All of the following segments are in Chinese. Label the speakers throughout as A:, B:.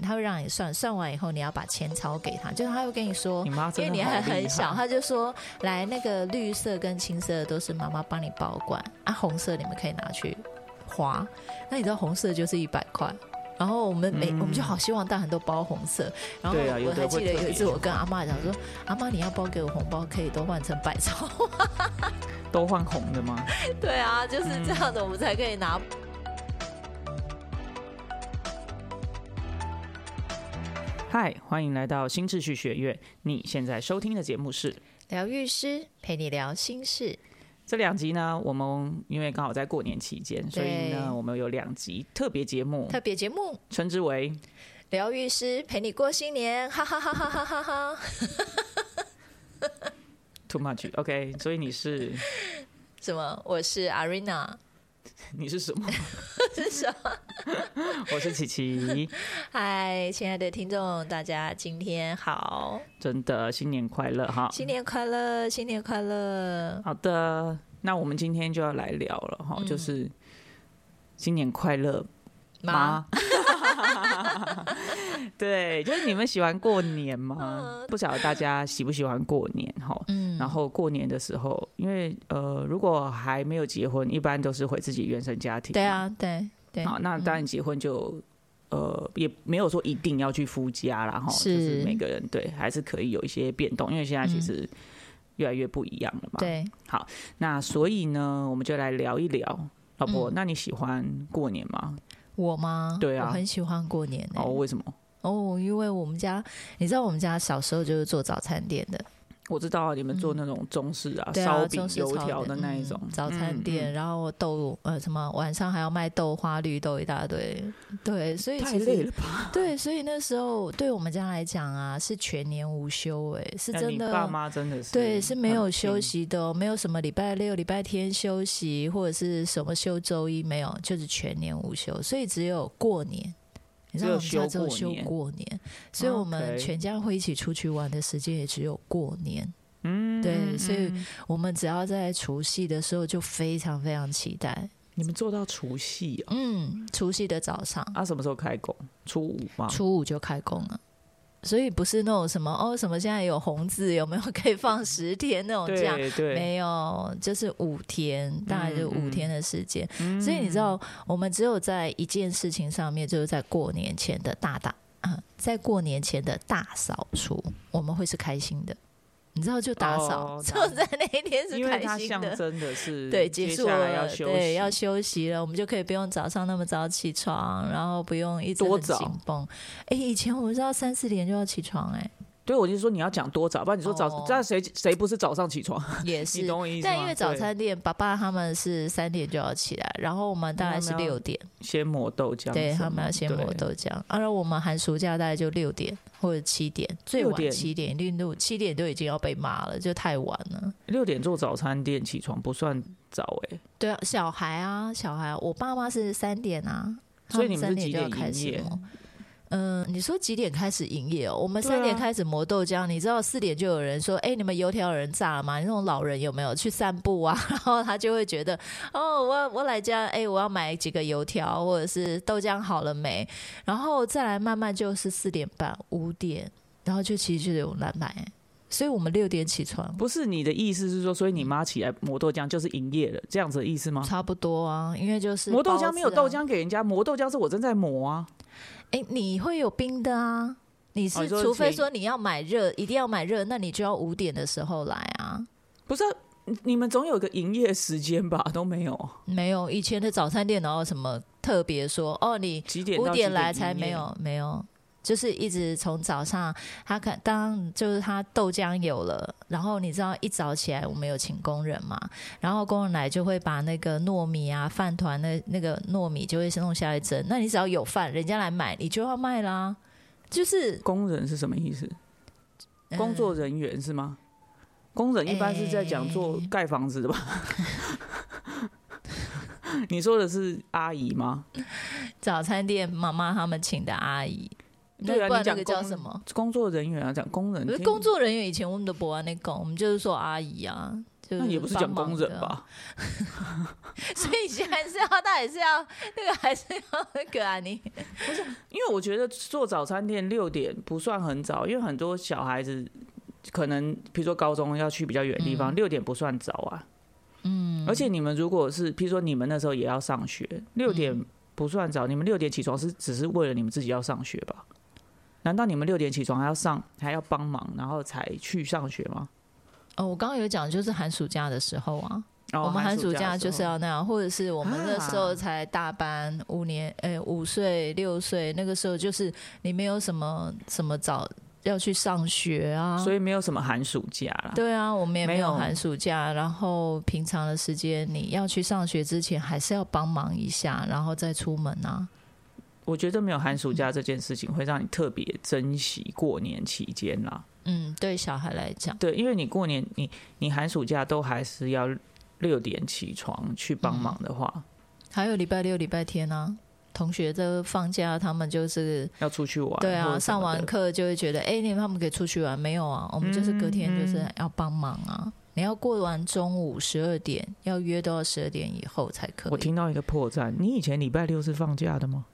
A: 他会让你算，算完以后你要把钱钞给他，就是他会跟你说
B: 你，妈
A: 因
B: 真
A: 为
B: 的
A: 你还很小，
B: 好厉害
A: 他就说来那个绿色跟青色的都是妈妈帮你保管啊，红色你们可以拿去花。那你知道红色就是一百块。然后我们每、
B: 嗯
A: 我们就好希望大人都包红色，然后
B: 对啊有
A: 我
B: 的
A: 还记得
B: 会特别
A: 有一次我跟阿妈讲说，阿妈你要包给我红包可以都换成百 钞，
B: 都换红的吗？
A: 对啊，就是这样的我们才可以拿
B: 嗨，欢迎来到新秩序学院。你现在收听的节目是
A: 疗愈师陪你聊心事，
B: 这两集呢，我们因为刚好在过年期间，所以
A: 对
B: 呢，我们有两集特别节目，
A: 特别节目
B: 称之为
A: “疗愈师陪你过新年”， 哈哈哈哈哈哈哈哈！
B: Too Much。OK，所以你是
A: 什么？我是 Arena，
B: 你是什么？
A: 是什么？
B: 我是琪琪。
A: 嗨，亲爱的听众，大家今天好，
B: 真的新年快乐哈！
A: 新年快乐，新年快乐！
B: 好的，那我们今天就要来聊了
A: 嗯
B: 哈，就是新年快乐
A: 妈，？
B: 对，就是你们喜欢过年吗？不晓得大家喜不喜欢过年哈。
A: 嗯，
B: 然后过年的时候，因为呃，如果还没有结婚，一般都是回自己原生家庭。
A: 对，啊，对对，嗯
B: 好，那当然结婚就。呃，也没有说一定要去夫家啦，哈，
A: 是
B: 就是每个人对还是可以有一些变动，因为现在其
A: 嗯
B: 实越来越不一样了嘛。
A: 对，
B: 那所以呢，我们就来聊一聊，老婆，
A: 嗯
B: 那你喜欢过年吗？
A: 我吗？
B: 对啊
A: 我很喜欢过年欸
B: 哦，为什么？
A: 哦，因为我们家，你知道我们家小时候就是做早餐店的，
B: 我知道啊，你们做那种中式啊，
A: 对啊
B: 烧饼、
A: 中式
B: 油
A: 炒
B: 条
A: 的
B: 的那一种
A: 嗯早餐
B: 嗯
A: 店，
B: 嗯
A: 然后豆呃什么晚上还要卖豆花、绿豆一大堆，对，所以
B: 太
A: 其实
B: 累了吧？
A: 对，所以那时候对我们家来讲啊，是全年无休、哎， 是
B: 那
A: 真
B: 你
A: 的。
B: 爸妈真的是
A: 对，是没有
B: 很
A: 休
B: 拼，
A: 息的、哦，没有什么礼拜六、礼拜天休息，或者是什么休周一，没有，就是全年无休，所以只有过年。你知道我们家只有
B: 只
A: 休
B: 有休哦
A: 过年，所以我们
B: OK
A: 全家会一起出去玩的时间也只有过年。
B: 嗯
A: 对
B: 嗯
A: 所以
B: 嗯
A: 我们只要在除夕的时候就非常非常期待，
B: 你们做到除夕啊？
A: 嗯，除夕的早上，
B: 啊，什么时候开工？初五吗？
A: 初五就开工了。所以不是那种什么哦，什么现在有红字，有没有可以放十天那种假？
B: 对对，
A: 没有，就是五天，大概就五天的时间。
B: 嗯
A: 所以你知道，我们只有在一件事情上面，就是在过年前的大大，嗯，在过年前的大扫除，我们会是开心的。你知道，就打扫，
B: 哦
A: 只有在那一天是
B: 因为它
A: 开心
B: 象
A: 的。
B: 征的 是
A: 对，结
B: 接
A: 束
B: 下来
A: 了，
B: 要休
A: 对，
B: 息
A: 要休息了，我们就可以不用早上那么早起床，然后不用一直
B: 多
A: 很
B: 早
A: 紧绷。哎，以前我们知道三四点就要起床、
B: 对，我就说你要讲多早，不然你说早
A: 哦，
B: 这样谁谁不是早上起床？
A: 哎，也是
B: 你。懂我意思吗？
A: 但因为早
B: 对
A: 餐店，爸爸他们是三点就要起来，然后我们大概是
B: 他们要
A: 六点，
B: 先磨豆浆什么，
A: 对他们要先磨
B: 对
A: 豆浆，啊然后我们寒暑假大概就六点或者七点，最
B: 六
A: 晚
B: 点
A: 七点，一定七点就已经要被骂了，就太晚了。
B: 六点做早餐店起床不算早哎、
A: 对啊，小孩啊，小孩啊、我爸妈是三点啊，他
B: 所以你们
A: 三
B: 是
A: 点
B: 几
A: 就要
B: 点
A: 开
B: 营
A: 始
B: 业
A: 磨？嗯，你说几点开始营业哦？我们
B: 对啊
A: 三点开始磨豆浆，你知道四点就有人说：“哎、你们油条有人炸了吗？”你那种老人有没有去散步啊？ 然后他就会觉得：“哦，我我来家，哎、我要买几个油条或者是豆浆好了没？”然后再来慢慢就是四点半、五点，然后就其实就有人来买，所以我们六点起床，
B: 不是你的意思是说，所以
A: 嗯
B: 你妈起来磨豆浆就是营业了，这样子的意思吗？
A: 差不多啊，因为就是
B: 磨豆浆
A: 包
B: 没有
A: 子啊
B: 豆浆给人家，磨豆浆是我正在磨啊。
A: 哎、你会有冰的啊？你是、
B: 哦你说
A: 除非
B: 前
A: 说你要买热，一定要买热，那你就要五点的时候来啊。
B: 不是啊、你你们总有一个营业时间吧？都没有，
A: 没有以前的早餐店，然后什么特别说哦，你
B: 几点到
A: 五
B: 几点
A: 点来才
B: 营业
A: 没？有没有，就是一直从早上他看当就是他豆浆有了，然后你知道一早起来我们有请工人嘛，然后工人来就会把那个糯米啊饭团那那个糯米就会弄下来蒸，那你只要有饭，人家来买你就要卖啦，就是、
B: 工人是什么意思？
A: 嗯
B: 工作人员是吗？工人一般是在讲做
A: 哎
B: 盖房子的吧？ 你说的是阿姨吗？
A: 早餐店妈妈他们请的阿姨，
B: 对啊
A: 不然
B: 你
A: 那
B: 讲
A: 个叫
B: 工
A: 什么？
B: 工作人员啊，讲工人
A: 不是
B: 听
A: 工作人员，以前我们都不玩那个，我们就是说阿姨啊，就
B: 那也不是讲
A: 帮
B: 工
A: 忙
B: 人
A: 的啊？
B: 吧？
A: 所以现在是要，到底是要那个还是要那个啊？你
B: 因为我觉得做早餐店六点不算很早，因为很多小孩子可能，比如说高中要去比较远的地
A: 嗯
B: 方，六、点不算早啊。嗯，而且你们如果是，譬如说你们那时候也要上学，
A: 嗯
B: 六点不算早，你们六点起床是只是为了你们自己要上学吧？难道你们六点起床还要上，还要帮忙，然后才去上学吗？
A: 哦，我刚刚有讲，就是寒暑假的时候啊，
B: 哦
A: 我们寒暑
B: 的
A: 假
B: 时
A: 就是
B: 候
A: 要那样，啊或者是我们那时候
B: 啊
A: 才大班，五年，诶、五岁、六岁，那个时候就是你没有什么什么早要去上学啊，
B: 所以没有什么寒暑假啦。
A: 对啊，我们也
B: 没
A: 没有
B: 有
A: 寒暑假，然后平常的时间你要去上学之前，还是要帮忙一下，然后再出门啊。
B: 我觉得没有寒暑假这件事情会让你特别珍惜过年期间啦。
A: 嗯，对小孩来讲，
B: 对，因为你过年，你你寒暑假都还是要六点起床去
A: 嗯
B: 帮忙的话，
A: 还有礼拜六、礼拜天啊，同学都放假，他们就是
B: 要出去玩。
A: 对
B: 或
A: 啊，
B: 者什
A: 上
B: 么
A: 完
B: 的
A: 课就会觉得，哎、你们他们可以出去玩没有啊？我
B: 嗯
A: 们就是隔天就是要帮忙啊。你要过完中午十二点，要约都要十二点以后才可
B: 我
A: 以。
B: 听到一个破绽，你以前礼拜六是放假的吗？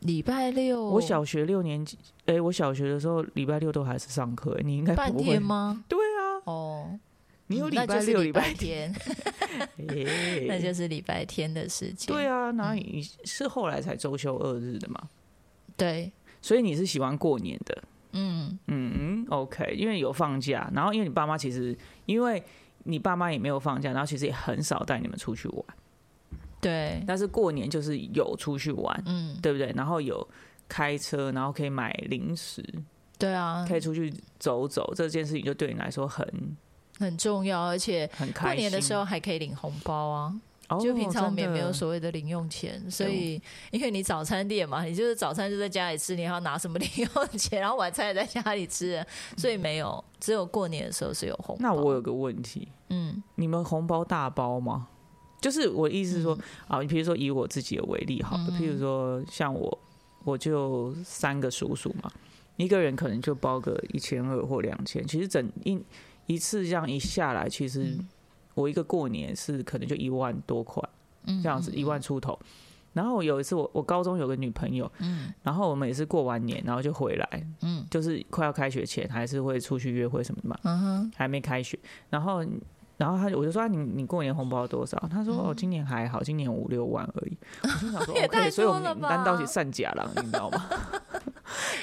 A: 礼拜六，
B: 我小学六年级，哎、我小学的时候礼拜六都还是上课、你应该
A: 半
B: 不会
A: 天。吗？
B: 对啊，
A: 哦，
B: 你有
A: 嗯
B: 礼
A: 那就
B: 拜
A: 是
B: 六、
A: 礼
B: 礼
A: 拜
B: 拜
A: 天，
B: 天，哎
A: 那就是嗯礼拜天的事情。
B: 对啊，哪里是后来才周休二日的嘛？
A: 对，
B: 所以你是喜欢过年的，
A: 嗯，
B: 嗯，OK，因为有放假，然后因为你爸妈其实，因为你爸妈也没有放假，然后其实也很少带你们出去玩，
A: 对，
B: 但是过年就是有出去玩，
A: 嗯，
B: 对不对？然后有开车，然后可以买零食，
A: 对啊
B: 可，以出去走走，这件事情就对你来说很
A: 很重要，而且
B: 很开
A: 过
B: 心。
A: 年的时候还可以领红包啊。
B: 哦，
A: 就平常我们也没有
B: 真的
A: 所谓的零用钱，所以因为你早餐店嘛，你就是早餐就在家里吃，你还要拿什么零 用钱？然后晚餐也在家里吃，所以没有，只有过年的时候是有红包。
B: 哦那我有个问题，
A: 嗯，
B: 你们红包大包吗？就是我的意思是说、啊，你比如说以我自己的为例好了，譬如说像我，我就三个叔叔嘛，一个人可能就包个一千二或两千，其实整一一次这样一下来，其实我一个过年是可能就一万多块，
A: 嗯
B: 这样子一万出头。然后有一次我我高中有个女朋友，然后我们也是过完年，然后就回来，嗯，就是快要开学前还是会出去约会什么的嘛，
A: 嗯哼，
B: 还没开学，然后然后他就我就说、啊、你你过年红包多少？他说哦今年还好，今年五六万而已。我就想说
A: 嗯 也太
B: OK，所以我
A: 多了
B: 们
A: 吧
B: 单到起散假了，你知道 吗？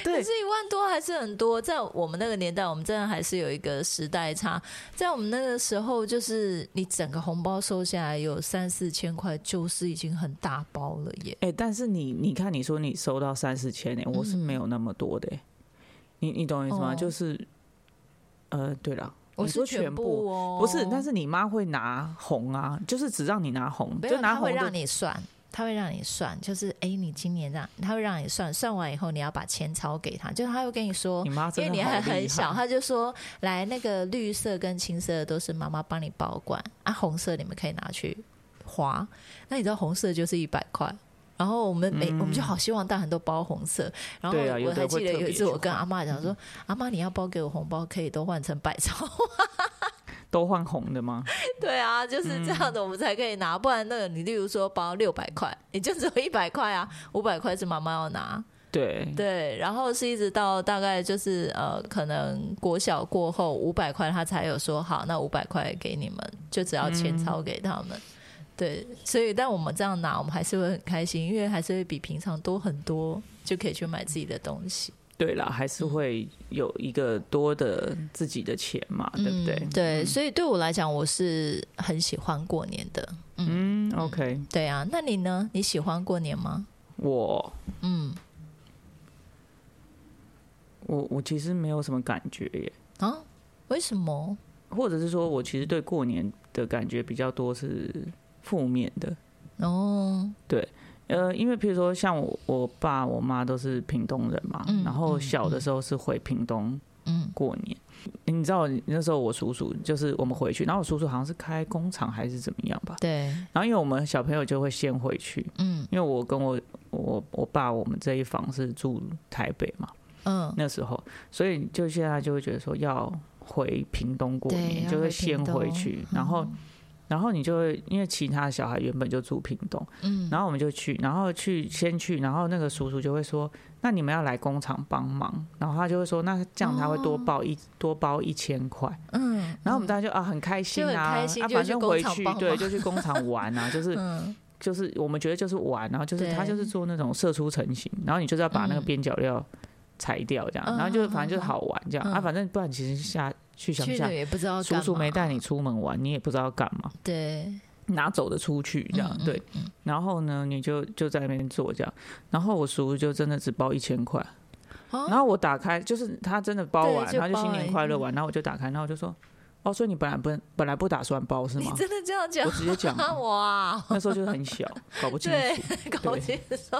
B: 对
A: 可是一万多还是很多，在我们那个年代，我们真的还是有一个时代差。在我们那个时候，就是你整个红包收下来有三四千块，就是已经很大包了耶。
B: 哎、但是你你看你说你收到三四千呢，我是没有那么多的、欸你你懂我意思吗？
A: 嗯哦
B: 就是呃，对了。
A: 我
B: 你说
A: 是全
B: 部
A: 部哦，
B: 不是，但是你妈会拿红啊，就是只让你拿红，
A: 没
B: 就
A: 有，他
B: 拿红
A: 会
B: 的
A: 让你算，他会让你算，就是哎、诶你今年让，他会让你算，算完以后你要把钱钞给他，就是他会跟你说
B: 你。妈
A: 因
B: 真
A: 为
B: 的
A: 你
B: 好
A: 还
B: 厉害
A: 很小，他就说来那个绿色跟青色的都是妈妈帮你保管啊，红色你们可以拿去花。那你知道红色就是一百块，然后我们每、我们就好希望大人都包红色。然后
B: 对啊有
A: 我
B: 的
A: 还
B: 会
A: 记得嗯有
B: 特
A: 一
B: 别
A: 次
B: 去
A: 我跟
B: 换
A: 阿妈讲说，阿妈你要包给我红包可以都换成百钞
B: 都换红的吗？
A: 对啊，就是这样的，我们才可以拿，不然那个你例如说包六百块，也就只有一百块啊，五百块是妈妈要拿，
B: 对，
A: 对，然后是一直到大概就是呃，可能国小过后五百块，他才有说好，那五百块给你们，就只要钱钞给他们。对，所以但我们这样拿，我们还是会很开心，因为还是会比平常多很多，就可以去买自己的东西，
B: 对啦，还
A: 嗯
B: 是会有一个多的自己的钱嘛，对不对
A: 嗯？对，所以对我来讲，我是很喜欢过年的。
B: 嗯，OK，
A: 对啊，那你呢？你喜欢过年吗？
B: 我
A: 嗯
B: 我我其实没有什么感觉耶，
A: 啊，为什么？
B: 或者是说我其实对过年的感觉比较多是负面的。
A: 哦，
B: 呃，因为譬如说像我我爸我妈都是屏东人嘛，
A: 嗯
B: 然后
A: 嗯
B: 小的时候是回屏东
A: 嗯
B: 过年。你知道那时候我叔叔就是我们回去，然后我叔叔好像是开工厂还是怎么样吧，
A: 对，
B: 然后因为我们小朋友就会先回去，
A: 嗯
B: 因为我跟我我我爸我们这一房是住台北嘛，
A: 嗯
B: 那时候，所以就现在就会觉得说要回屏东过
A: 对
B: 年，
A: 要
B: 就
A: 回
B: 会
A: 屏
B: 先回
A: 东嗯
B: 去，然后然后你就会因为其他小孩原本就住屏东，
A: 嗯，
B: 然后我们就去，然后去先去，然后那个叔叔就会说，那你们要来工厂帮忙，然后他就会说，那这样他会
A: 哦
B: 多报一、多包一千块，
A: 嗯，
B: 然后我们大家就啊很开心
A: 就很
B: 啊，
A: 开心
B: 啊
A: 就
B: 反
A: 去
B: 正
A: 工
B: 回
A: 厂
B: 去
A: 帮忙
B: 对就 去工厂玩 啊，就是、
A: 嗯
B: 就是我们觉得就是玩，然后就是
A: 对
B: 他就是做那种射出成型，然后你就是要把那个
A: 嗯
B: 边角料裁掉这样，然后就反正就是好玩这样、
A: 嗯
B: 啊，反正不然其实下去想
A: 去
B: 想
A: 了，也不知道
B: 叔叔
A: 干
B: 没
A: 嘛
B: 带你出门玩，你也不知道干嘛。
A: 对，
B: 哪走得出去这样
A: 嗯嗯
B: 对，然后呢，你就就在那边做这样，然后我叔叔就真的只包一千块，
A: 哦
B: 然后我打开就是他真的包完，
A: 对就
B: 然后就新年
A: 包完
B: 快乐完，然后我就打开，然后我就说，哦，所以你本来不本来不打算包 是
A: 你
B: 吗？
A: 真的这样讲
B: 我直接讲啊，
A: 哇？
B: 那时候就是 很小，搞不清
A: 对
B: 楚，，
A: 搞清楚，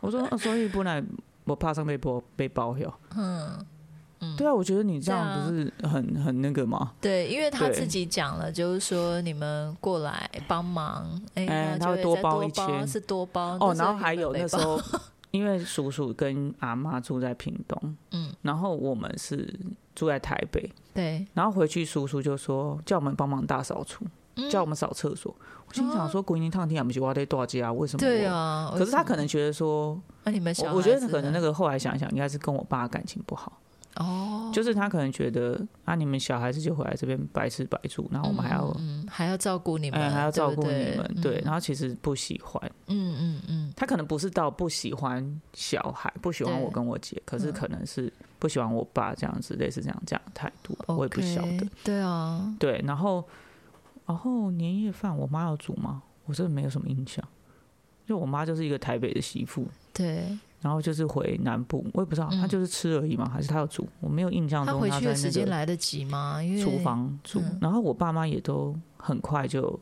B: 我说，哦、所以本来我怕上被包被包掉，
A: 嗯，
B: 对啊，我觉得你这
A: 对啊
B: 样不是很很那个吗？
A: 对，因为他
B: 对
A: 自己讲了，就是说你们过来帮忙，哎，
B: 哎
A: 那
B: 他会
A: 就
B: 多
A: 再
B: 包
A: 多
B: 一千
A: 是多包
B: 哦，
A: 那
B: 然
A: 时
B: 后
A: 候
B: 还
A: 原
B: 有
A: 本
B: 那
A: 没
B: 时
A: 包
B: 候，因为叔叔跟阿妈住在屏东，
A: 嗯，
B: 然后我们是住在台北，
A: 对，
B: 然后回去叔叔就说叫我们帮忙大扫除，
A: 嗯哦
B: 叫我们扫厕所。我心想说，国营烫天也不是挖在多家，为什么？
A: 对。啊，
B: 可是他可能觉得说，
A: 那你们小
B: 我我觉得
A: 孩子
B: 可能那
A: 呢
B: 个后来想想，应该是跟我爸感情不好，
A: 哦，
B: 就是他可能觉得啊，你们小孩子就回来这边白吃白住，然后我们还要
A: 嗯嗯还要照顾你
B: 哎
A: 们，
B: 还要
A: 对
B: 照
A: 不
B: 顾你
A: 对
B: 们，
A: 嗯
B: 对，然后其实不喜欢，
A: 嗯嗯嗯，
B: 他可能不是到不喜欢小孩，不喜欢
A: 对嗯
B: 我跟我姐，可是可能是不喜欢我爸这样子，类似这样这样的态度吧，我也不晓得
A: OK，。对啊，
B: 对，然后然后年夜饭我妈要煮吗？我真的没有什么印象，因为我妈就是一个台北的媳妇，
A: 对，
B: 然后就是回南部，我也不知道
A: 嗯
B: 她就是吃而已嘛，还是她要煮，我没有印象
A: 他
B: 中
A: 回
B: 她
A: 去
B: 在
A: 的时
B: 那
A: 间
B: 个
A: 来得及吗？因为
B: 厨房煮
A: 嗯。
B: 然后我爸妈也都很快就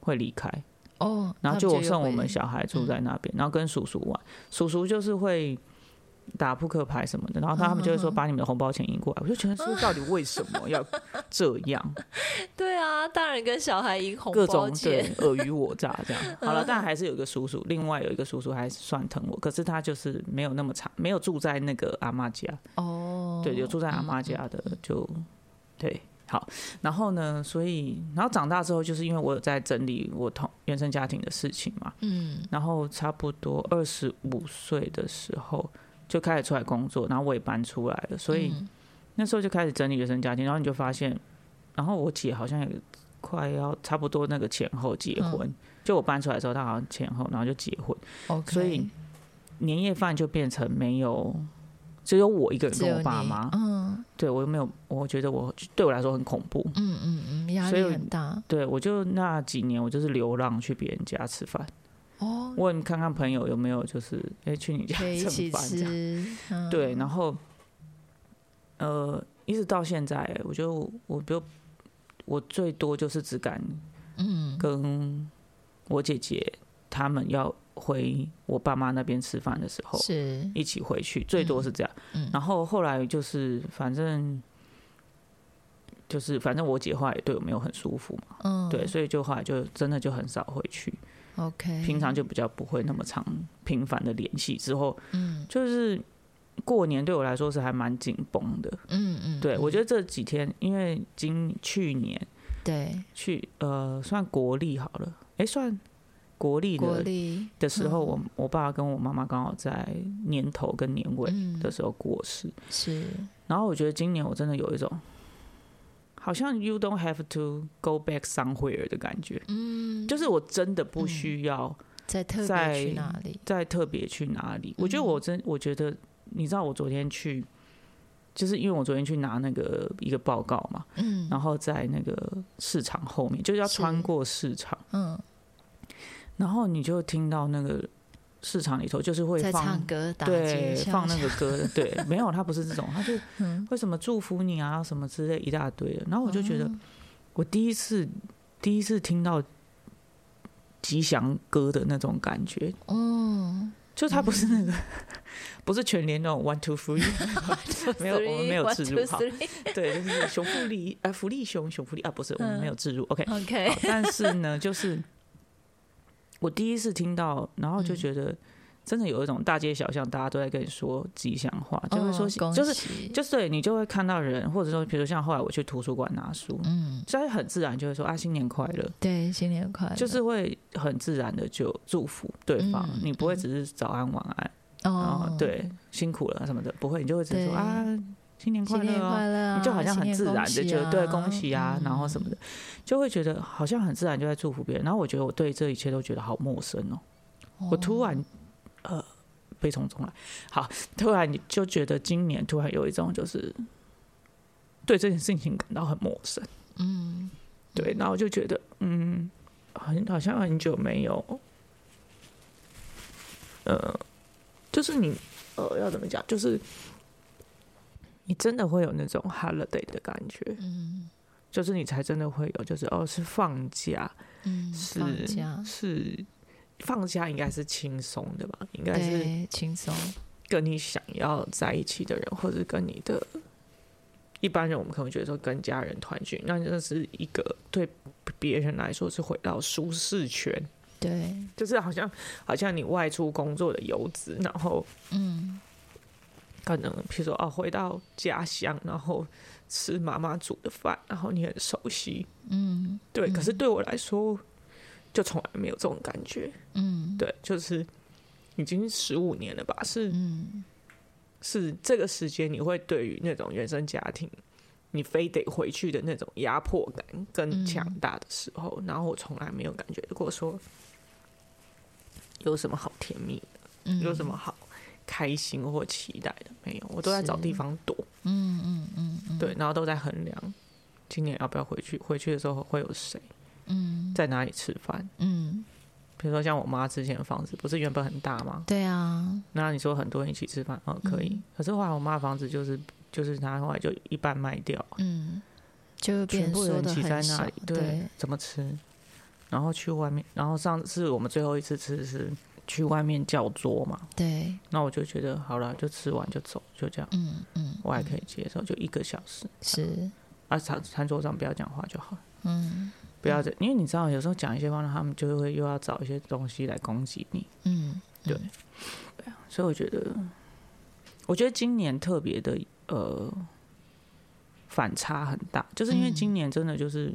B: 会离开，
A: 哦，
B: 然后
A: 他
B: 就我
A: 又嗯
B: 剩我
A: 回
B: 们小孩住在那边，然后跟叔叔玩，叔叔就是会打扑克牌什么的，然后他们就会
A: 嗯
B: 说把你们的红包钱赢过来，我就觉得说到底为什么 要这样，
A: 对啊，大人跟小孩赢红
B: 各
A: 包
B: 种对
A: 钱，嗯
B: 尔虞我诈 这样。好了，但还是有一个叔叔，另外有一个叔叔还是算疼我，可是他就是没有那么长，没有住在那个阿妈家，
A: 哦，
B: 对，有住在阿妈家
A: 嗯
B: 的就对。好，然后呢？所以，然后长大之后，就是因为我有在整理我同原生家庭的事情嘛，
A: 嗯，
B: 然后差不多二十五岁的时候就开始出来工作，然后我也搬出来了，所以
A: 嗯
B: 那时候就开始整理原生家庭，然后你就发现，然后我姐好像也快要差不多那个前后结婚，就我搬出来的时候，她好像前后，然后就结婚，
A: 嗯 OK，
B: 所以年夜饭就变成没有。只有我一个人
A: 只
B: 跟
A: 有
B: 我爸
A: 你
B: 妈，
A: 嗯
B: 对我又没有，我觉得我对我来说很恐怖。
A: 嗯嗯嗯，压
B: 所
A: 力
B: 以
A: 很大
B: 对我就那几年，我就是流浪去别人家吃饭，
A: 哦，
B: 问看看朋友有没有就是哎、去你家
A: 可以一
B: 蹭
A: 起
B: 饭这样。
A: 吃，嗯
B: 对，然后呃，一直到现在，我就我就我最多就是只敢
A: 嗯
B: 跟我姐姐他们要回我爸妈那边吃饭的时候
A: 是
B: 一起回去，最多是这样。
A: 嗯
B: 然后后来就是反正。就是，反正我姐后来也对我没有很舒服嘛，
A: 嗯哎
B: 对，所以就后来就真的就很少回去，
A: OK，
B: 平常就比较不会那么常频繁的联系。之后
A: 嗯
B: 就是过年对我来说是还蛮紧绷的，
A: 嗯嗯，
B: 对，
A: 嗯
B: 我觉得这几天，因为今去年
A: 对
B: 去呃算国历好了，哎、算国历
A: 国嗯
B: 的
A: 力
B: 的时候，我我爸跟我妈妈刚好在年头跟年尾
A: 嗯
B: 的时候过世，
A: 是
B: 然后我觉得今年我真的有一种好像 you don't have to go back somewhere 的感觉，
A: 嗯，
B: 就是我真的不需要
A: 在特别
B: 在
A: 去哪里？
B: 再特别去哪里。我
A: 嗯
B: 觉得我真我觉得，你知道我昨天去。就是因为我昨天去拿那个一个报告嘛，
A: 嗯
B: 然后在那个市场后面，就是要
A: 是
B: 穿过市场，
A: 嗯，
B: 然后你就听到那个市场里头就是会
A: 在
B: 放
A: 唱。歌打
B: 对
A: 街，上
B: 放那个歌，对，没有，他不是这种， 他就
A: 嗯
B: 为什么祝福你啊，什么之类一大堆的。然后我就觉
A: 哦
B: 得，我第一次第一次听到吉祥歌的那种感觉，
A: 嗯，
B: 就他不是那个，不是全连那种 one two three，没 有，我们没有置入好，
A: o
B: 对，就是熊福利，啊，福利熊，熊福利啊，不是，我们
A: 嗯
B: 没有置入，OK，
A: k 嗯
B: 好但是呢，就是我第一次听到，然后就觉得真的有一种大街小巷大家都在跟你说吉祥话，就会说
A: 嗯恭喜
B: 就是就是对你就会看到人，或者说比如像后来我去图书馆拿书，
A: 嗯，
B: 所以很自然就会说啊新年快乐，
A: 对，新年快乐，
B: 就是会很自然的就祝福对方，
A: 嗯
B: 你不会只是早安晚安，然
A: 哦
B: 后，对辛苦了什么的，不会，你就会直接说
A: 对
B: 啊新年快
A: 新
B: 乐
A: 年
B: 哦，
A: 快乐啊，
B: 你就好像很自然
A: 新
B: 的
A: 年恭喜啊嗯
B: 觉得对恭喜啊，然后什
A: 么，
B: 么的，就会觉得好像很自然就在祝福别人。然后我觉得我对这一切都觉得好陌生哦，
A: 啊
B: 我突
A: 哦
B: 然呃悲从中来，好，突然就觉得今年突然有一种就是对这件事情感到很陌生，
A: 嗯，
B: 对，然后我就觉得嗯，很好像很久没有，呃，就是你呃要怎么讲，就是你真的会有那种 holiday 的感觉，
A: 嗯
B: 就是你才真的会有，就是哦，是放假，
A: 嗯，
B: 是
A: 放假，
B: 是放假，应该是轻松的吧？应该是
A: 对，轻松，
B: 跟你想要在一起的人，或者跟你的一般人，我们可能会觉得说跟家人团聚，那这是一个对别人来说是回到舒适圈，
A: 对，
B: 就是好像好像你外出工作的游子，然后
A: 嗯，
B: 可能譬如说哦，回到家乡，然后吃妈妈煮的饭，然后你很熟悉，
A: 嗯
B: 对，可是对我来说，就从来没有这种感觉。
A: 嗯，
B: 对，就是已经十五年了吧，是
A: 嗯，
B: 是这个时间，你会对于那种原生家庭，你非得回去的那种压迫感
A: 嗯
B: 更强大的时候，然后我从来没有感觉过说有什么好甜蜜的，
A: 嗯
B: 有什么好开心或期待的，没有，我都在找
A: 是
B: 地方躲，
A: 嗯嗯嗯嗯，
B: 对，然后都在衡量今年要不要回去，回去的时候会有谁，
A: 嗯
B: 在哪里吃饭。
A: 嗯，
B: 比如说像我妈之前的房子，不是原本很大吗？
A: 对啊，
B: 那你说很多人一起吃饭，哦，可以。
A: 嗯
B: 可是后来我妈的房子就是就是她后来就一半卖掉，
A: 嗯，就
B: 全
A: 变
B: 部
A: 说
B: 人
A: 的
B: 挤
A: 很
B: 在那
A: 少
B: 里，，
A: 对，
B: 怎么吃？然后去外面，然后上次我们最后一次吃是去外面叫桌嘛，
A: 对，
B: 那我就觉得好了，就吃完就走，就这样，
A: 嗯嗯，
B: 我还可以接受，就一个小时。
A: 是，
B: 啊，餐餐桌上不要讲话就好了，
A: 嗯
B: 不要这，因为你知道有时候讲一些话，他们就会又要找一些东西来攻击你。
A: 嗯，
B: 对
A: 嗯
B: 所以我觉得，我觉得今年特别的呃反差很大，就是因为
A: 嗯
B: 今年真的就是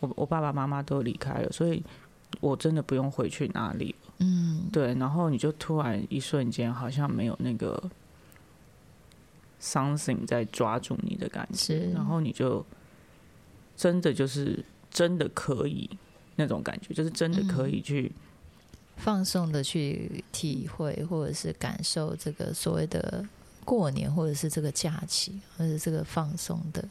B: 我我爸爸妈妈都离开了，所以我真的不用回去哪里了。
A: 嗯，
B: 对，然后你就突然一瞬间好像没有那个 something 在抓住你的感觉
A: 是，
B: 然后你就真的就是真的可以那种感觉，就是真的可
A: 嗯
B: 以去。
A: 放松的去体会或者是感受这个所谓的过年，或者是这个假期，或者是这个放松的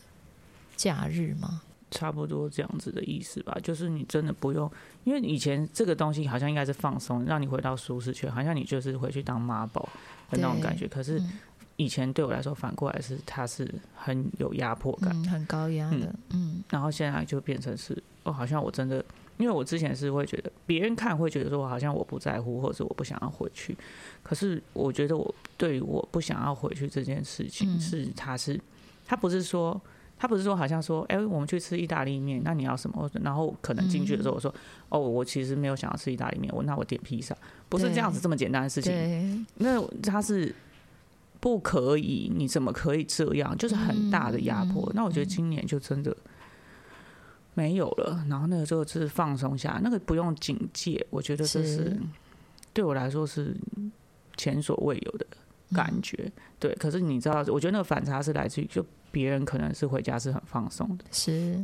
A: 假日嘛。
B: 差不多这样子的意思吧，就是你真的不用，因为以前这个东西好像应该是放松，让你回到舒适圈，好像你就是回去当妈宝的那种
A: 对
B: 感觉。可是
A: 嗯
B: 以前对我来说，反过来是它是很有压迫感，
A: 嗯，很高压的，嗯
B: 然后现在就变成是哦，好像我真的，因为我之前是会觉得别人看会觉得说我好像我不在乎，或者我不想要回去，可是我觉得我对于我不想要回去这件事情
A: 嗯
B: 是，他是他不是说。他不是说好像说，哎、我们去吃意大利面，那你要什么？然后可能进去
A: 嗯
B: 的时候我说，哦，我其实没有想要吃意大利面，我那我点披萨，不是这样子这么简单的事情。
A: 对，
B: 那他是不可以，你怎么可以这样？就是很大的压
A: 嗯
B: 迫。
A: 嗯
B: 那我觉得今年就真的没有了，然后那个就是放松下来，那个不用警戒，我觉得这是
A: 是
B: 对我来说是前所未有的感觉。
A: 嗯
B: 对，可是你知道，我觉得那个反差是来自于就别人可能是回家是很放松的，
A: 是，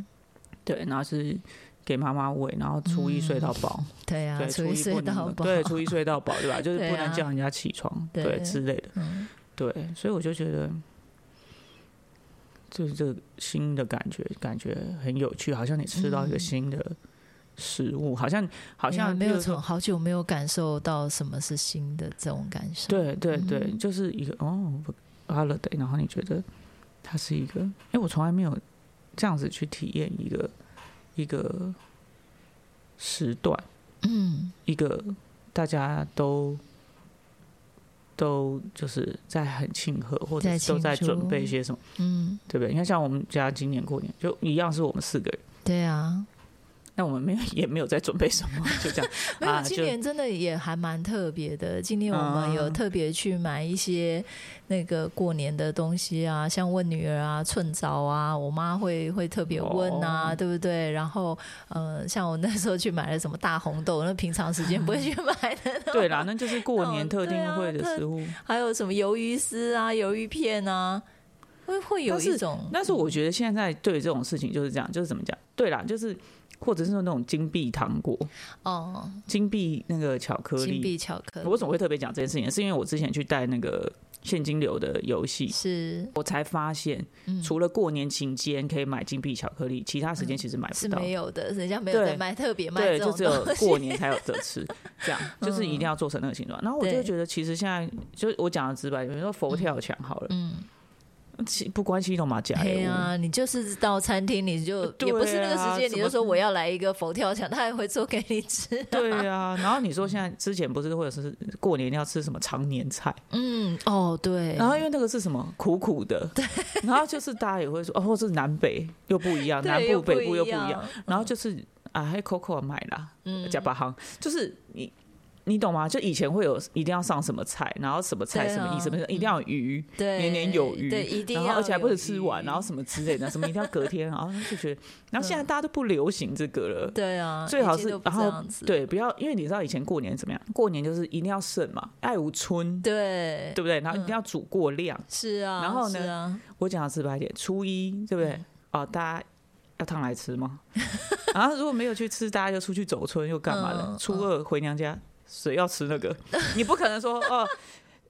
B: 对，然后是。给妈妈喂，然后初一睡到饱，
A: 对啊，
B: 对，
A: 初
B: 初一
A: 睡
B: 不能
A: 到饱，
B: 对，初一睡到饱，对吧？就是
A: 对
B: 不能
A: 啊
B: 叫人家起床，
A: 对
B: 对之类的。
A: 嗯
B: 对，所以我就觉得，就是这个新的感觉，感觉很有趣，好像你吃到一个
A: 嗯
B: 新的食物，好像好
A: 你还
B: 像
A: 没
B: 比
A: 有
B: 如
A: 从
B: 说，
A: 好久没有感受到什么是新的这种感受，
B: 对对对，
A: 嗯
B: 就是一个哦，holiday，然后你觉得它是一个，哎、我从来没有这样子去体验一个一个时段，
A: 嗯，
B: 一个大家都。都就是在很庆贺，或者
A: 在
B: 是都
A: 庆
B: 在准
A: 祝
B: 备些什么。
A: 嗯嗯，
B: 对不对？你看，像我们家今年过年就一样是我们四个人，
A: 对啊，
B: 那我们没有 也没有在准备什么，就这样
A: 没有，
B: 啊，
A: 今
B: 就
A: 年真的也还蛮特别的。今年我们有
B: 嗯
A: 特别去买一些那个过年的东西啊，像问女儿啊、寸枣啊，我妈会会特别问啊，
B: 哦
A: 对不对？然后，呃，像我那时候去买了什么大红豆，那平常时间不会去买的。
B: 对啦，那就是 过年特
A: 对啊
B: 定会的
A: 特
B: 食物。
A: 还有什么鱿鱼丝啊、鱿鱼片啊，会会有
B: 但是
A: 一种
B: 但是我觉得现在对于这种事情就是这样，就是怎么讲？对啦，就是或者是那种金币糖果、
A: 哦，
B: 金币那个巧克
A: 金
B: 力。
A: 币巧克力
B: 我怎么会特别讲这件事情？是因为我之前去带那个现金流的游戏，
A: 是
B: 我才发现，
A: 嗯
B: 除了过年期间可以买金币巧克力，其他时间其实买
A: 是
B: 不到。
A: 没有的，人家没有
B: 对
A: 在卖特别卖
B: 对，
A: 这
B: 就
A: 种
B: 只有
A: 东西。 嗯
B: 过年才有得吃，这样就是一定要做成那个形状。然后我就
A: 对
B: 会觉得，其实现在就我讲的直白，比如说佛跳墙好了，
A: 嗯，
B: 其不关系都嘛假
A: 对
B: 油，
A: 啊，你就是到餐厅，你就、
B: 对
A: 也
B: 啊
A: 不是那个时间，你
B: 什么
A: 就说我要来一个佛跳墙，他也会做给你 吃、
B: 对啊。然后你说现在之前不是或者是过年要吃什么常年菜，
A: 嗯，哦，对，
B: 然后因为那个是什么苦苦的，然后就是大家也会说哦，或者是南北又不一样，
A: 对
B: 南部
A: 又不
B: 北部又不
A: 一
B: 一样
A: 样，
B: 然后就是啊，还 Coco 买啦，
A: 嗯
B: 加巴行，就是你。你懂吗？就以前会有一定要上什么菜，然后什么菜、
A: 对啊
B: 什么意思，什么一定要有鱼，
A: 对，
B: 年年有余，
A: 对，一定
B: 然
A: 要，
B: 后而且还不能吃完，然后。什么之类的，什么一定要隔天，然后 就觉得，然后现在
A: 嗯
B: 大家都不流行这个了。
A: 对啊，
B: 最好
A: 已经
B: 是
A: 都，不
B: 然
A: 这
B: 后
A: 样子，
B: 对，不要，因为你知道以前过年怎么样？过年就是一定要剩嘛，爱无春，
A: 对
B: 对不对？然后一定要
A: 嗯
B: 煮过量。
A: 是啊，
B: 然后呢
A: 是啊，
B: 我讲的直白一点，初一对
A: 嗯
B: 不对？哦，大家要烫来吃 吗？然后如果没有去吃，大家就出去走村又干嘛
A: 嗯
B: 的？初
A: 嗯
B: 二回娘家，谁要吃 那个？你不可能说哦。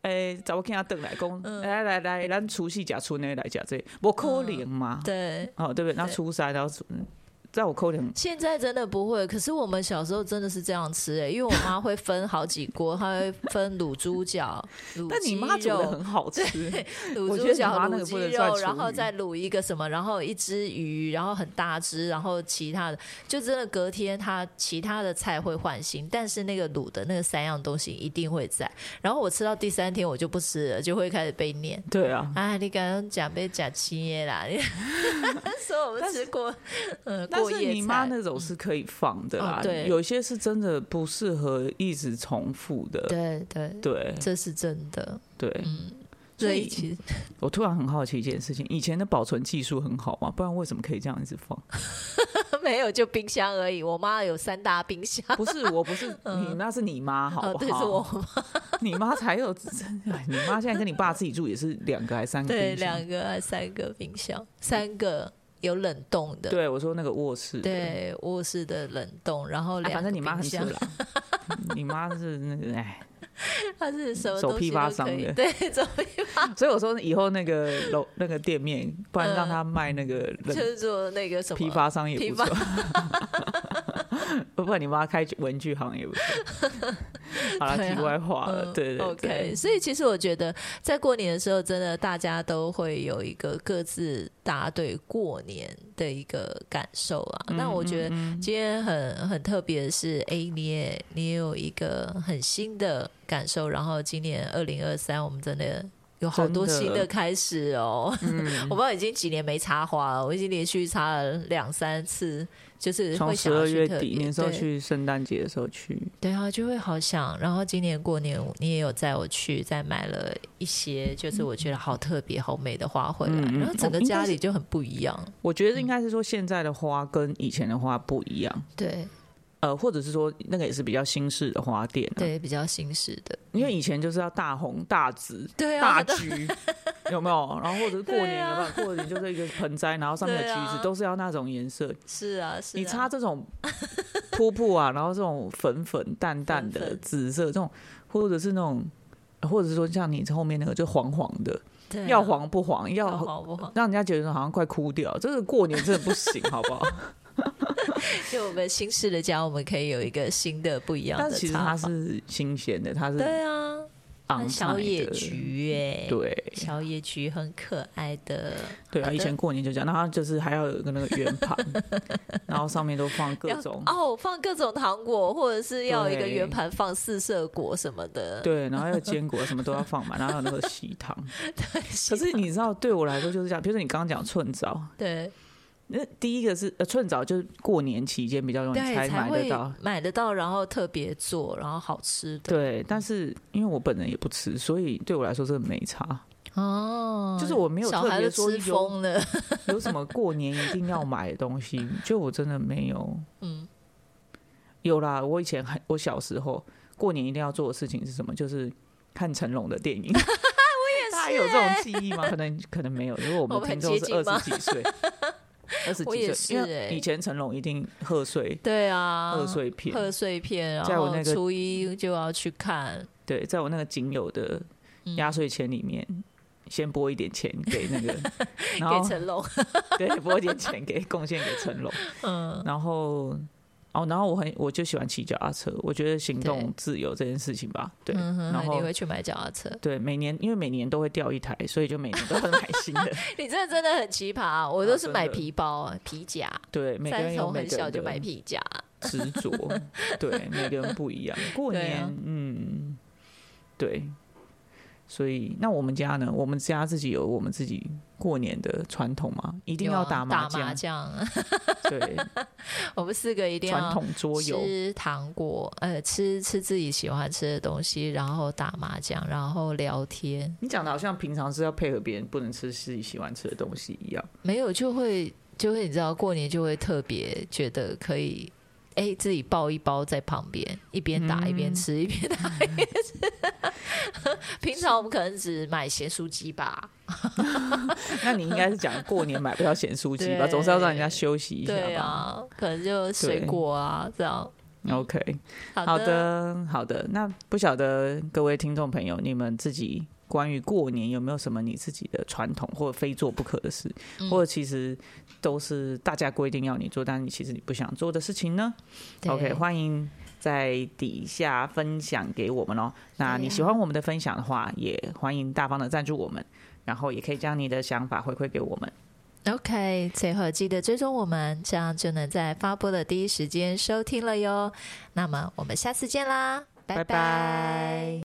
B: 哎，找我看下邓来公，
A: 嗯
B: 来来来，咱除夕假初那来假这，我可能嘛？
A: 嗯对。
B: 哦，对不对？然后初三，然后初嗯在我扣点，
A: 现在真的不会，可是我们小时候真的是这样吃诶、欸因为我妈会分好几锅，她会分卤猪脚、卤
B: 但你妈
A: 鸡
B: 煮
A: 肉
B: 的很好 吃，
A: 卤
B: 我觉
A: 猪
B: 得
A: 脚、
B: 你妈那
A: 卤
B: 个
A: 鸡
B: 不能算
A: 肉，
B: 厨
A: 然后
B: 余
A: 再卤一个什么，然后一只鱼，然后很大只，然后其他的，就真的隔天它其他的菜会换新，但是那个卤的那个三样东西一定会在。然后我吃到第三天我就不吃了，就会开始被念。
B: 对啊。
A: 哎，你刚刚讲被假七耶啦，你 说我们吃过，嗯，
B: 但
A: 过
B: 是
A: 夜
B: 你妈
A: 菜。
B: 那种是可以放的
A: 哦
B: 啦，
A: 对
B: 有些是真的不适合一直重复的，
A: 对对，
B: 对
A: 这是真的。
B: 嗯对。所
A: 所以
B: 以
A: 其实
B: 我突然很好奇一件事情，以前的保存技术很好嘛，不然为什么可以这样一直 放？
A: 没有，就冰箱而已。我妈有三大冰箱。
B: 不是，我不是你，那是你妈好
A: 哦，
B: 不
A: 对，是我
B: 好？你妈才有，哎你妈现在跟你爸自己住也是两个还三个
A: 对，
B: 冰箱？
A: 两个还三个冰箱，三个有冷冻的，
B: 对，我说那个卧室，
A: 对卧室的冷冻，然后
B: 啊，
A: 两
B: 反
A: 个
B: 正你
A: 冰
B: 妈很扯
A: 箱，
B: 啦， 你妈是那个 哎，
A: 它是什么
B: 手
A: 东西
B: 批发
A: 都可以，
B: 商的
A: 对， 手批发
B: 所以我说以后那个楼那个店面，不然让他卖那个
A: 就
B: 冷
A: 是做那个什么
B: 批发商也不
A: 批
B: 错。不然你妈开文具 行也不错。好了，
A: 对啊
B: 题外话了，
A: 嗯
B: 对对
A: OK，
B: 对，
A: 所以其实我觉得，在过年的时候，真的大家都会有一个各自大家对过年的一个感受啊。
B: 嗯
A: 那我觉得今天很很特别的是，哎、你也你也有一个很新的感受。然后今年二零二三，我们真的。有好多
B: 真的
A: 新的开始哦，
B: 嗯
A: 我不知道已经几年没插花了，我已经连续插了两三次，就是
B: 从
A: 会
B: 十
A: 想要
B: 二
A: 去
B: 月
A: 特
B: 底
A: 别
B: 那时候
A: 对
B: 去圣诞节的时候去，
A: 对啊，就会好想。然后今年过年你也有带我去，再买了一些，就是我觉得好特别、好美的花回来，
B: 嗯嗯
A: 然后整个
B: 哦应该
A: 家
B: 是
A: 里就很不一样。
B: 我觉得应该是说现在的花跟以前的花不一样，
A: 对
B: 呃，或者是说那个也是比较新式的花店、啊，，
A: 对，比较新式的。
B: 因为以前就是要大红大紫，
A: 对
B: 大
A: 啊，
B: 橘有没有？然后或者是过
A: 对
B: 年有
A: 啊
B: 没有？过年就是一个盆栽，然后上面有
A: 对啊
B: 橘子，都是要那种颜色。
A: 是啊，是啊。
B: 你插这种瀑布啊，然后这种粉粉淡淡
A: 粉
B: 的
A: 粉
B: 紫色，这种或者是那种，或者是说像你后面那个就黄黄的，
A: 对啊
B: 要哦黄不黄，
A: 要
B: 要
A: 好不好？
B: 让人家觉得好像快哭掉。这个过年真的不行，好不好？
A: 就我们新式的家，我们可以有一个新的不一样
B: 但
A: 的
B: 是其实
A: 插
B: 它
A: 法。
B: 是新鲜的，它是
A: 对啊，
B: 昂
A: 小野
B: 的，
A: 菊欸耶，
B: 对
A: 小野菊很可爱的，
B: 对
A: 好
B: 啊，
A: 的
B: 以前过年就这样，然后就是还要有一个那个圆 盘，然后上面都放各
A: 要
B: 种。
A: 哦，放各种糖果，或者是要一个
B: 对
A: 圆盘放四色果什么的。
B: 对，然后要坚果什么都要放嘛，然后还有那个 喜糖。可是你知道，对我来说就是这样。比如说你刚刚讲寸枣，
A: 对，
B: 那第一个是呃寸枣，就是过年期间比较容易
A: 对，
B: 才
A: 才
B: 买得
A: 会
B: 到。
A: 买得到，然后特别做，然后好吃的。
B: 对，但是因为我本人也不吃，所以对我来说真的没差。
A: 哦，
B: 就是我没有
A: 小
B: 特
A: 孩
B: 别
A: 都
B: 说
A: 吃
B: 有
A: 疯 了。
B: 有什么过年一定要买的东西， 就我真的没有。
A: 嗯，
B: 有啦，我以前很我小时候过年一定要做的事情是什么？就是看成龙 的电影。我也是、大家有这种记忆吗？可能可能没有，因为我们
A: 我
B: 的
A: 们
B: 听
A: 很
B: 众
A: 接
B: 是
A: 近
B: 二
A: 吗
B: 十几岁， 二十
A: 我也
B: 几岁，因
A: 是
B: 为
A: 欸
B: 以前成龙一定贺岁
A: 对啊，
B: 贺岁片，
A: 贺岁片，然
B: 在我
A: 后
B: 那个
A: 初一就要去看。嗯
B: 对，在我那个仅有的压岁钱里面，先拨一点钱给那 个，然
A: 给
B: 后
A: 成龙，
B: 对拨一点钱给贡献给成龙，
A: 嗯，
B: 然后。哦，然后我很我就喜欢骑脚踏车，我觉得行动
A: 对
B: 自由这件事情吧，对。
A: 嗯哼
B: 然后
A: 你会去买脚踏车？
B: 对，每年因为每年都会掉一台，所以就每年都会买新 的。
A: 你这真的很奇葩、啊我都是买
B: 真的
A: 皮包、啊、皮夹，
B: 对，每个人
A: 三
B: 有
A: 头
B: 每
A: 很
B: 个
A: 小
B: 人
A: 就买
B: 的
A: 皮夹。
B: 执着，对，每个人不一样。过
A: 对
B: 年，
A: 啊
B: 嗯，对，所以那我们家呢？我们家自己有我们自己过年的传统嘛，一定
A: 有
B: 要
A: 啊打
B: 打麻将，
A: 将，
B: 对，
A: 我们四个 一定
B: 传
A: 要
B: 统桌游，
A: 吃糖果，呃，吃吃自己喜欢吃的东西，然后打麻将，然后聊天，
B: 你讲的好像平常是要配合别人，不能吃自己喜欢吃的东西一样。
A: 没有就会就会你知道过年就会特别觉得可以。哎、自己抱一包在旁边，一边打一
B: 嗯
A: 边吃，一边打一边吃。 平常我们可能只买咸酥鸡吧，
B: 那你应该是讲过年买不到咸 酥鸡吧，
A: 对
B: 总是要让人家休息一下
A: 对
B: 吧。
A: 啊，可能就水果啊这样。
B: OK，
A: 好
B: 好的，好的。那不晓得各位听众朋友，你们自己关于过年有没有什么你自己的传统或非做不可的事，
A: 嗯
B: 或者其实都是大家规定要你做，但你其实你不想做的事情呢
A: 对
B: ？OK，欢迎在底下分享给我们哦。那
A: 对
B: 你
A: 啊
B: 喜欢我们的分享的话，也欢迎大方的赞助我们，然后也可以将你的想法回馈给我们。
A: OK，最后记得追踪我们，这样就能在发布的第一时间收听了哟。那么我们下次见啦，拜
B: 拜
A: 拜
B: 拜